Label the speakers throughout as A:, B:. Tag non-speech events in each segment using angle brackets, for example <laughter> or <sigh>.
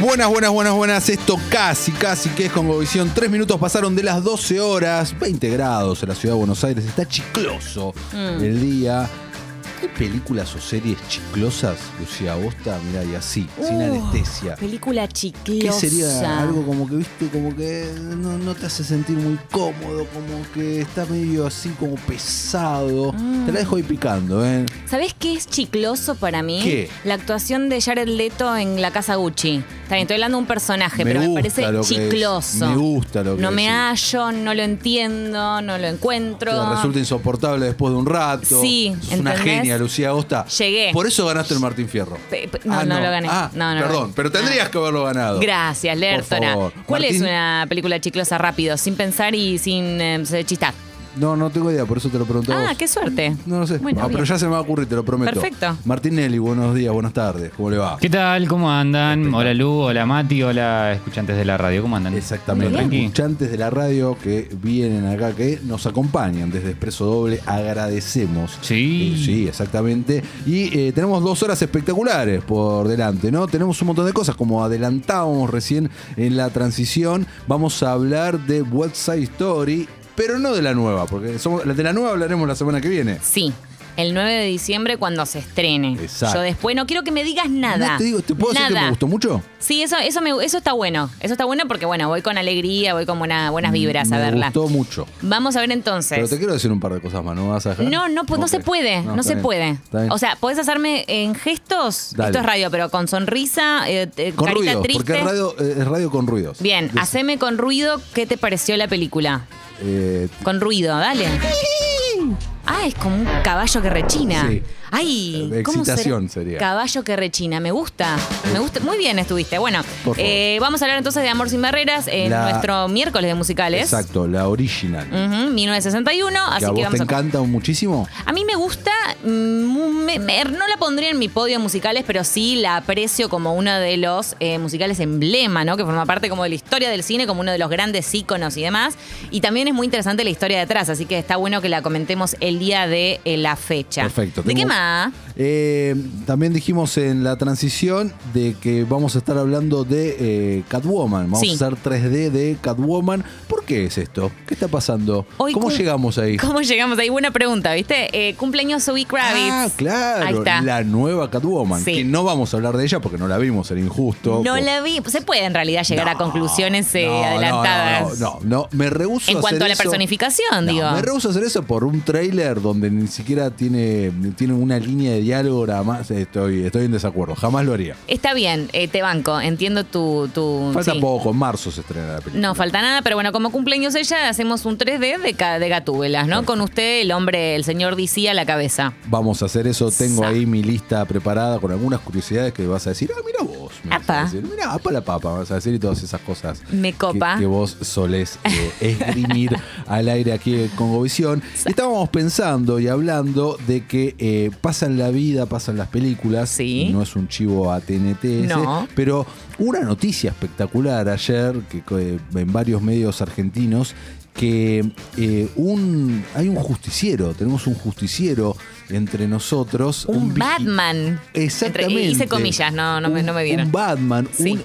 A: Buenas, buenas, buenas, buenas. Esto casi, casi que es con Govisión. Tres minutos pasaron de las 12 horas. 20 grados en la ciudad de Buenos Aires. Está chicloso
B: Mm.
A: el día. ¿Qué películas o series chiclosas, Lucía Bosta? Mirá, y así, sin
B: Uh,
A: anestesia.
B: Película chiclosa.
A: ¿Qué sería algo como que, viste, como que no, no te hace sentir muy cómodo, como que está medio así, como pesado?
B: Mm.
A: Te la dejo ahí picando, ¿eh?
B: ¿Sabés qué es chicloso para mí?
A: ¿Qué?
B: La actuación de Jared Leto en La Casa Gucci. También estoy hablando de un personaje, pero me
A: gusta
B: parece
A: lo que es,
B: chicloso.
A: me gusta lo que
B: No me
A: decís.
B: hallo, no lo entiendo, no lo encuentro.
A: Te resulta insoportable después de un rato.
B: Sí,
A: Es una
B: ¿entendés?
A: genia, Lucía Agosta.
B: Llegué.
A: Por eso ganaste el Martín Fierro.
B: Pe- pe- no,
A: Ah,
B: no lo gané.
A: Ah,
B: No, no lo
A: perdón,
B: gané.
A: pero tendrías
B: Ah.
A: que haberlo ganado.
B: Gracias, Lertora.
A: favor.
B: ¿Cuál es
A: Martín-
B: una película chiclosa rápido, sin pensar y sin eh, chistar?
A: No, no tengo idea, por eso te lo pregunto. a
B: Ah,
A: vos.
B: qué suerte.
A: No lo sé.
B: Bueno,
A: Ah, pero
B: bien.
A: ya se me va a ocurrir, te lo prometo.
B: Perfecto.
A: Martinelli, buenos días, buenas tardes. ¿Cómo le va?
C: ¿Qué tal? ¿Cómo andan? Hola Lu, hola Mati, hola escuchantes de la radio. ¿Cómo andan?
A: Exactamente.
C: Tranqui.
A: Escuchantes de la radio que vienen acá, que nos acompañan desde Expreso Doble, agradecemos.
C: Sí.
A: Eh, sí, exactamente. Y eh, tenemos dos horas espectaculares por delante, ¿no? Tenemos un montón de cosas, como adelantábamos recién en la transición. Vamos a hablar de Website Story, pero no de la nueva, porque somos, de la nueva hablaremos la semana que viene.
B: Sí, el 9 de diciembre cuando se estrene.
A: Exacto.
B: Yo después no quiero que me digas nada.
A: No te digo, ¿te puedo
B: nada.
A: decir que me gustó mucho?
B: Sí, eso, eso, me, eso está bueno. Eso está bueno porque, bueno, voy con alegría, voy con buena- buenas vibras a
A: Mm, me
B: verla.
A: gustó mucho.
B: Vamos a ver
A: Pero
B: entonces.
A: te quiero decir un par de cosas más, ¿no vas a dejar?
B: No, no, pu- no
A: Ok.
B: se puede, no,
A: está
B: se
A: bien,
B: puede.
A: está bien.
B: O sea, podés hacerme en gestos,
A: Dale.
B: esto es radio, pero con sonrisa, eh, eh,
A: Con
B: carita
A: ruido,
B: triste.
A: porque es radio, eh, es radio con ruidos.
B: Bien,
A: Des-
B: haceme con ruido qué te pareció la película.
A: eh,
B: Con ruido, dale. Ah, es como un caballo que rechina.
A: Sí.
B: Ay,
A: Eh,
B: ¿cómo será?
A: excitación sería.
B: Caballo que rechina, me gusta. Me gusta. Muy bien estuviste. Bueno,
A: Por favor.
B: eh, vamos a hablar entonces de Amor sin Barreras en
A: La-
B: nuestro miércoles de musicales.
A: Exacto, la original.
B: Ujú, 1961,
A: que
B: así
A: a
B: Mm, que
A: vos
B: vamos
A: te
B: a...
A: encanta muchísimo.
B: A mí me gusta, mm, me- me- no la pondría en mi podio de musicales, pero sí la aprecio como uno de los eh, musicales emblema, ¿no? Que forma parte como de la historia del cine, como uno de los grandes íconos y demás. Y también es muy interesante la historia detrás, así que está bueno que la comentemos el día de eh, la fecha.
A: Perfecto.
B: ¿De
A: tengo-
B: qué más?
A: Eh, también dijimos en la transición de que vamos a estar hablando de eh, Catwoman. Vamos
B: Sí.
A: a hacer 3D de Catwoman. ¿Por qué es esto? ¿Qué está pasando?
B: Hoy
A: ¿Cómo
B: cum-
A: llegamos ahí?
B: ¿Cómo llegamos ahí? Buena pregunta, ¿viste? Eh, cumpleaños Zoe Kravitz.
A: Ah,
B: Ahí
A: claro,
B: está.
A: la nueva Catwoman.
B: Sí.
A: Que no vamos a hablar de ella porque no la vimos, era injusto.
B: No
A: Por-
B: la vi. Se puede en realidad llegar a
A: No,
B: conclusiones eh,
A: no, no, no,
B: adelantadas.
A: No, no, no, me rehuso
B: En
A: a
B: cuanto
A: hacer
B: a la
A: eso.
B: personificación,
A: No,
B: digo.
A: Me rehuso a hacer eso por un tráiler donde ni siquiera tiene, tiene una línea de diálogo, nada más. Estoy, estoy en desacuerdo, jamás lo haría.
B: Está bien, eh, te banco, entiendo tu... tu
A: Falta
B: sí.
A: poco, en marzo se estrena la película.
B: No falta nada, pero bueno, como cumpleaños ella, hacemos un 3D de, ca- de gatúbelas, ¿no? Con usted, el hombre, el señor DC a la cabeza.
A: Vamos a hacer eso. Tengo
B: Sa-
A: ahí mi lista preparada con algunas curiosidades que vas a decir. Ah, mira vos. me vas
B: Apa.
A: a decir. Mira, apa la papa, vas a decir y todas esas cosas.
B: Me
A: que-
B: copa.
A: Que, vos solés eh,
B: <laughs>
A: esgrimir al aire aquí en Congovisión. Y Estábamos pensando y hablando de que eh, pasan la vida, pasan las películas.
B: Sí.
A: No es un chivo a TNT. ese,
B: No.
A: Pero una noticia espectacular ayer que co- eh, en varios medios argentinos que eh, un hay un justiciero, tenemos un justiciero entre nosotros,
B: Un,
A: vigi-
B: Batman.
A: Eh, Exactamente.
B: Entre- hice comillas, no, no, me,
A: Un-
B: no me vieron.
A: Un Batman,
B: Sí.
A: un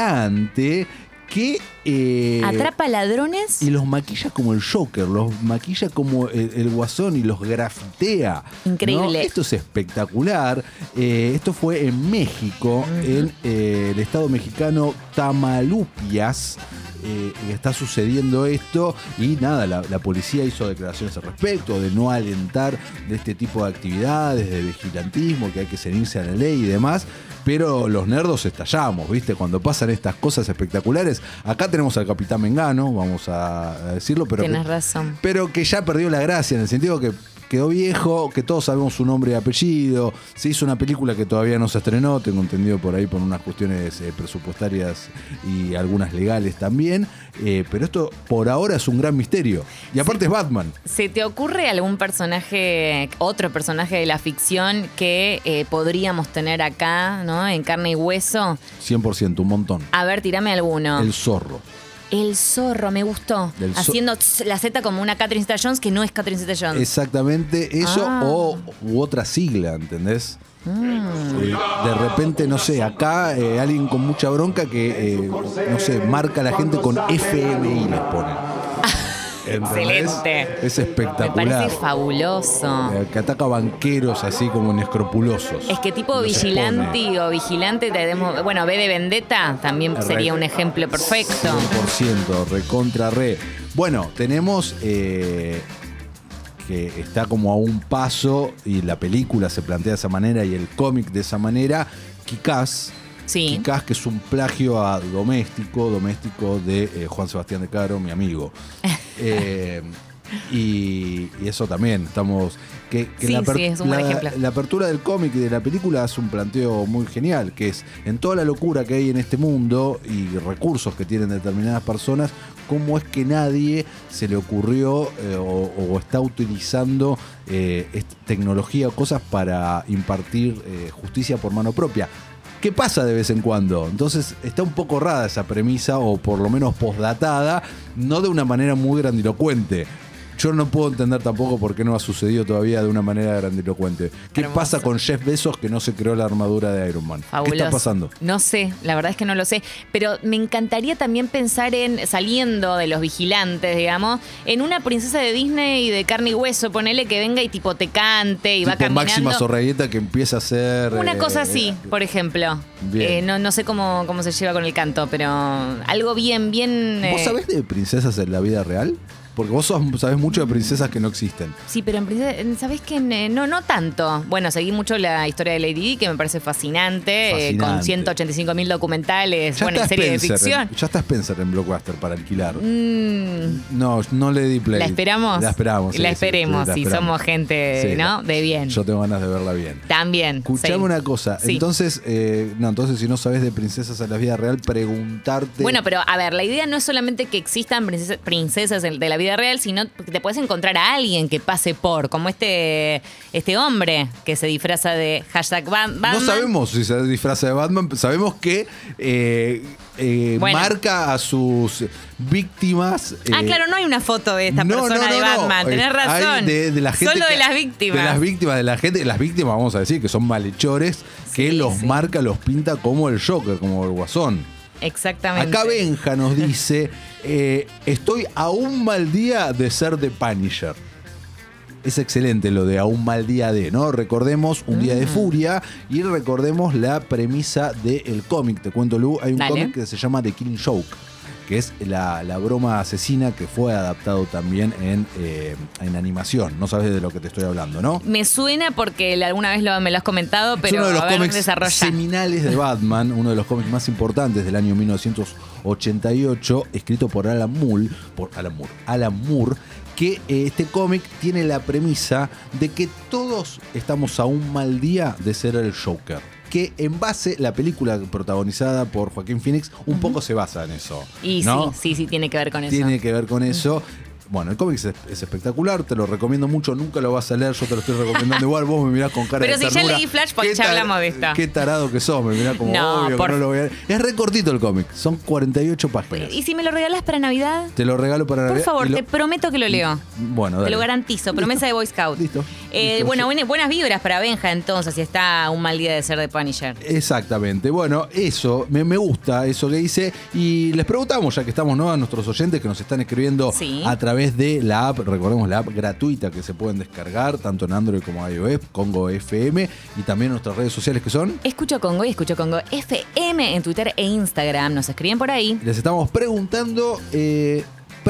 A: vigilante que eh,
B: Atrapa ladrones.
A: y los maquilla como el Joker, los maquilla como el, el Guasón y los grafitea. ¿no?
B: Increíble.
A: Esto es espectacular. Eh, esto fue en México, en eh, el estado mexicano Tamalupias. Eh, y está sucediendo esto y nada, la, la policía hizo declaraciones al respecto de no alentar de este tipo de actividades, de vigilantismo, que hay que ceñirse a la ley y demás, pero los nerdos estallamos, ¿viste? Cuando pasan estas cosas espectaculares, acá tenemos al capitán Mengano, vamos a a decirlo, pero...
B: Tienes
A: que-
B: razón.
A: pero que ya perdió la gracia en el sentido que quedó viejo, que todos sabemos su nombre y apellido, se hizo una película que todavía no se estrenó, tengo entendido por ahí por unas cuestiones eh, presupuestarias y algunas legales también, eh, pero esto por ahora es un gran misterio. Y aparte es Batman.
B: ¿Se te ocurre algún personaje, otro personaje de la ficción que eh, podríamos tener acá, ¿no? En carne y hueso.
A: 100%, un montón.
B: A ver, tirame alguno.
A: El zorro.
B: El zorro, me gustó.
A: Del zo-
B: Haciendo tss la Z como una Catherine Zeta Jones que no es Catherine Zeta Jones.
A: Exactamente eso
B: Ah.
A: o u otra sigla, ¿entendés?
B: Mm.
A: Eh, de repente, no sé, acá eh, alguien con mucha bronca que, eh, no sé, marca a la gente con FMI les
B: <laughs>
A: ponen. ¿Entendés?
B: Excelente.
A: Es
B: me
A: espectacular.
B: parece fabuloso.
A: Eh, Que ataca banqueros así como inescrupulosos.
B: Es que tipo
A: Los expone.
B: vigilante o vigilante te demo- bueno, B de Vendetta también
A: Correcto.
B: sería un ejemplo perfecto.
A: 100%, recontra re. Bueno, tenemos eh, que está como a un paso y la película se plantea de esa manera y el cómic de esa manera. Kikaz,
B: Sí.
A: Kikaz que es un plagio a Doméstico, Doméstico de eh, Juan Sebastián de Caro, mi
B: <laughs>
A: amigo. Eh, y, y eso también, estamos... Que, que
B: Sí,
A: la, aper-
B: sí, es un buen
A: la-
B: ejemplo.
A: la apertura del cómic y de la película hace un planteo muy genial, que es en toda la locura que hay en este mundo y recursos que tienen determinadas personas, cómo es que nadie se le ocurrió eh, o, o está utilizando eh, est- tecnología o cosas para impartir eh, justicia por mano propia. ¿Qué pasa de vez en cuando? Entonces está un poco rara esa premisa, o por lo menos posdatada, no de una manera muy grandilocuente. Yo no puedo entender tampoco por qué no ha sucedido todavía de una manera grandilocuente. ¿Qué
B: Hermoso.
A: pasa con Jeff Bezos que no se creó la armadura de Iron Man?
B: Fabuloso.
A: ¿Qué está pasando?
B: No sé, la verdad es que no lo sé. Pero me encantaría también pensar en, saliendo de los vigilantes, digamos, en una princesa de Disney y de carne y hueso, ponele que venga y tipo te cante y va
A: Tipo
B: caminando.
A: Máxima Zorrayeta que empieza a hacer...
B: Una
A: eh,
B: cosa así, por ejemplo.
A: Bien.
B: Eh, no, no sé cómo, cómo se lleva con el canto, pero algo bien, bien.
A: ¿Vos
B: eh,
A: sabés de princesas en la vida real? Porque vos sos- sabés mucho de princesas que no existen.
B: Sí, pero en principio, ¿sabés qué? Eh, No, no tanto. Bueno, seguí mucho la historia de Lady Di, que me parece fascinante, eh, con
A: Fascinante.
B: 185 mil documentales,
A: Ya
B: bueno, y
A: está
B: serie de
A: Spencer eh, en-
B: ficción.
A: ya está Spencer en Blockbuster para alquilar.
B: Mm,
A: No, no le di play.
B: ¿La esperamos?
A: La esperamos. sí,
B: la
A: sí, sí,
B: esperemos,
A: la
B: si
A: esperamos.
B: somos gente,
A: Sí, la-
B: ¿no? De bien.
A: Yo tengo ganas de verla bien.
B: También.
A: Escuchame
B: sí.
A: una cosa.
B: Sí.
A: Entonces, eh, no, entonces si no sabes de princesas en la vida real, preguntarte.
B: Bueno, pero a ver, la idea no es solamente que existan princesa- princesas en- de la vida real, sino que te puedes encontrar a alguien que pase por, como este, este hombre que se disfraza de hashtag Bat- Batman.
A: No sabemos si se disfraza de Batman, sabemos que eh, eh,
B: Bueno.
A: marca a sus víctimas.
B: Ah,
A: eh,
B: claro, no hay una foto de esta persona de Batman.
A: Eh,
B: Tenés
A: hay
B: razón.
A: de, de la gente
B: Solo
A: que-
B: de las víctimas.
A: De las víctimas, de la gente. Las víctimas, vamos a decir, que son malhechores, que
B: Sí,
A: los
B: sí.
A: marca, los pinta como el Joker, como el Guasón.
B: Exactamente.
A: Acá Benja nos dice: eh, Estoy a un mal día de ser de Punisher. Es excelente lo de a un mal día de, ¿no? Recordemos un
B: Mm.
A: día de furia y recordemos la premisa del cómic. Te cuento, Lu, hay un
B: Dale.
A: cómic que se llama The Killing Joke, que es la, la broma asesina que fue adaptado también en, eh, en animación. No sabes de lo que te estoy hablando, ¿no?
B: Me suena porque la- alguna vez lo- me lo has comentado, pero
A: es uno de los
B: a ver,
A: cómics
B: desarrolla.
A: seminales de Batman, uno de los cómics más importantes del año 1988, escrito por Alan Moore, por Alan Moore, Alan Moore, que eh, este cómic tiene la premisa de que todos estamos a un mal día de ser el Joker. Que en base la película protagonizada por Joaquín Phoenix un poco se basa en eso.
B: Y
A: ¿no?
B: sí, sí, sí, tiene que ver con eso.
A: tiene que ver con eso. Bueno, el cómic es, es espectacular, te lo recomiendo mucho, nunca lo vas a leer, yo te lo estoy recomendando igual, vos me mirás con cara
B: Pero
A: de
B: si ya
A: ternura.
B: leí Flashpoint,
A: Qué
B: ya
A: tar-
B: hablamos de esta.
A: Qué tarado que sos, me mirás como
B: No,
A: obvio
B: por-
A: que no lo voy a leer. Es recortito el cómic, son 48 páginas.
B: ¿Y si me lo regalas para Navidad?
A: Te lo regalo para
B: Por
A: Navidad
B: favor,
A: y lo-
B: te prometo que lo leo.
A: Bueno,
B: Te
A: dale.
B: lo garantizo, promesa de Boy Scout.
A: Listo.
B: Eh,
A: Listo.
B: bueno, buena- buenas vibras para Benja entonces, si está un mal día de ser de Punisher.
A: Exactamente. Bueno, eso, me, me gusta eso que dice. Y les preguntamos, ya que estamos ¿no? a nuestros oyentes que nos están escribiendo
B: Sí.
A: a través de la app, recordemos la app gratuita que se pueden descargar, tanto en Android como iOS, Congo FM, y también nuestras redes sociales que son.
B: Escucho Congo y escucho Congo FM en Twitter e Instagram. Nos escriben por ahí.
A: Les estamos preguntando eh,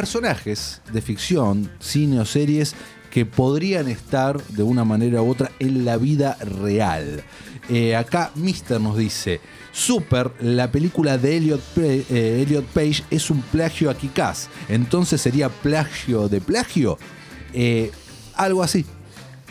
A: personajes de ficción, cine o series que podrían estar de una manera u otra en la vida real. Eh, acá Mister nos dice, Super, la película de Elliot, Pe- eh, Elliot Page es un plagio a Kikaz, entonces sería plagio de plagio, Eh, algo así.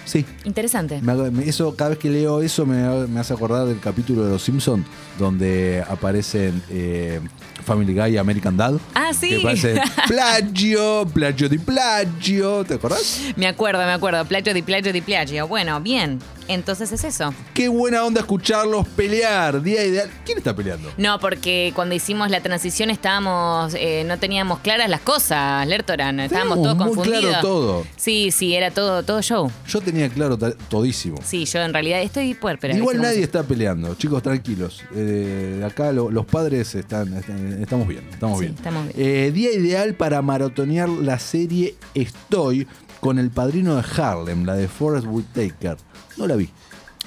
A: Sí,
B: Interesante.
A: me hago- me- eso, cada vez que leo eso me, me hace acordar del capítulo de Los Simpsons, donde aparecen eh, Family Guy y American Dad.
B: Ah, sí.
A: Que
B: <laughs>
A: parece plagio, plagio di plagio. ¿Te acordás?
B: Me acuerdo, me acuerdo. Plagio di plagio di plagio. Bueno, bien. Entonces es eso.
A: Qué buena onda escucharlos pelear. Día ideal. ¿Quién está peleando?
B: No, porque cuando hicimos la transición estábamos, eh, no teníamos claras las cosas, Lertoran. Estábamos todos
A: Teníamos muy
B: confundidos.
A: claro todo.
B: Sí, sí, era todo, todo show.
A: Yo tenía claro ta- todísimo.
B: Sí, yo en este realidad estoy puerpera.
A: Igual
B: ¿viste cómo
A: nadie
B: soy?
A: está peleando, chicos, tranquilos. Eh, acá lo- los padres están, están- estamos bien, estamos
B: Sí,
A: bien.
B: estamos bien.
A: Eh, día ideal para maratonear la serie Estoy con el padrino de Harlem, la de Forrest Whitaker. No la vi,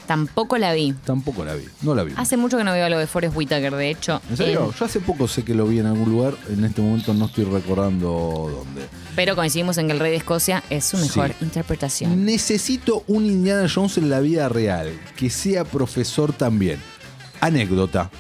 B: Tampoco la vi.
A: tampoco la vi, no la vi.
B: Hace mucho que no veo lo de Forrest Whitaker, de hecho.
A: ¿En serio?
B: Eh,
A: Yo hace poco sé que lo vi en algún lugar, en este momento no estoy recordando dónde.
B: pero coincidimos en que el rey de Escocia es su mejor
A: Sí.
B: interpretación.
A: Necesito un Indiana Jones en la vida real, que sea profesor también. Anécdota.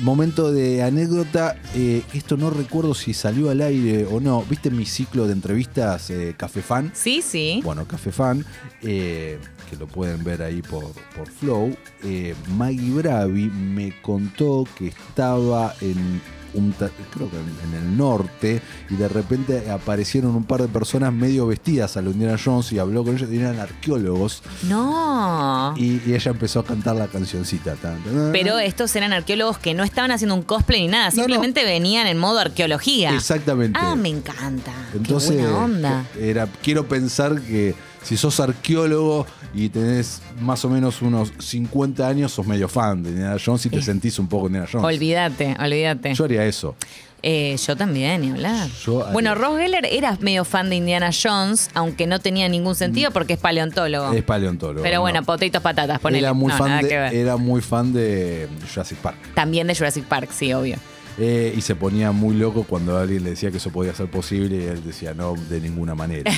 A: Momento de anécdota, eh, esto no recuerdo si salió al aire o no. ¿Viste mi ciclo de entrevistas eh, Café Fan?
B: Sí, sí.
A: Bueno, Café Fan, eh, que lo pueden ver ahí por, por Flow. eh, Maggie Bravi me contó que estaba en un ta- creo que en, en el norte y de repente aparecieron un par de personas medio vestidas a la Indiana Jones y habló con ellos y eran arqueólogos
B: No.
A: y, y ella empezó a cantar la cancioncita. tan, tan,
B: Pero estos eran arqueólogos que no estaban haciendo un cosplay ni nada,
A: No, no.
B: simplemente venían en modo arqueología.
A: Exactamente.
B: Ah, me encanta.
A: Entonces,
B: Qué buena onda.
A: Era, quiero pensar que si sos arqueólogo y tenés más o menos unos 50 años, sos medio fan de Indiana Jones y te
B: Eh.
A: sentís un poco Indiana Jones.
B: Olvídate, olvídate.
A: Yo
B: Yo,
A: haría eso.
B: yo también, ni hablar.
A: Yo haría-
B: bueno, Ross Geller era medio fan de Indiana Jones, aunque no tenía ningún sentido porque es paleontólogo.
A: Mm. Es paleontólogo.
B: Oh. Pero bueno,
A: no.
B: potitos patatas, ponele.
A: era muy,
B: No,
A: fan
B: nada
A: de,
B: que ver.
A: era muy fan de Jurassic Park.
B: También de Jurassic Park, sí, obvio.
A: Eh, y se ponía muy loco cuando alguien le decía que eso podía ser posible y él decía no, de ninguna manera.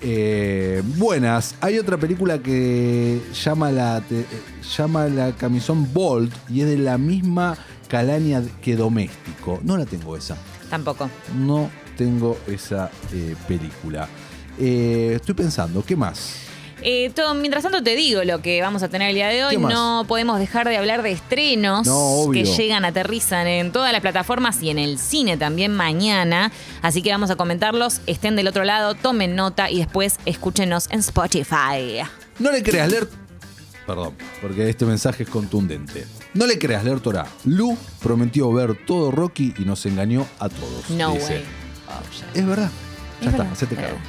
A: Eh, buenas, hay otra película que llama la, te- eh, llama la camisón Bolt y es de la misma calaña que Doméstico. No la tengo esa,
B: Tampoco.
A: no tengo esa eh, película. Eh, estoy pensando, ¿qué más?
B: Eh, todo- mientras tanto te digo lo que vamos a tener el día de hoy.
A: ¿Qué más?
B: No podemos dejar de hablar de estrenos
A: No, obvio.
B: que llegan, aterrizan en todas las plataformas y en el cine también mañana. Así que vamos a comentarlos. Estén del otro lado, tomen nota y después escúchenos en Spotify.
A: No le creas leer. Perdón, porque este mensaje es contundente. No le creas leer Torah. Lu prometió ver todo Rocky y nos engañó a todos.
B: No
A: dice.
B: way.
A: Es verdad. Ya
B: Es
A: está,
B: verdad.
A: se te
B: Es
A: cago.
B: verdad.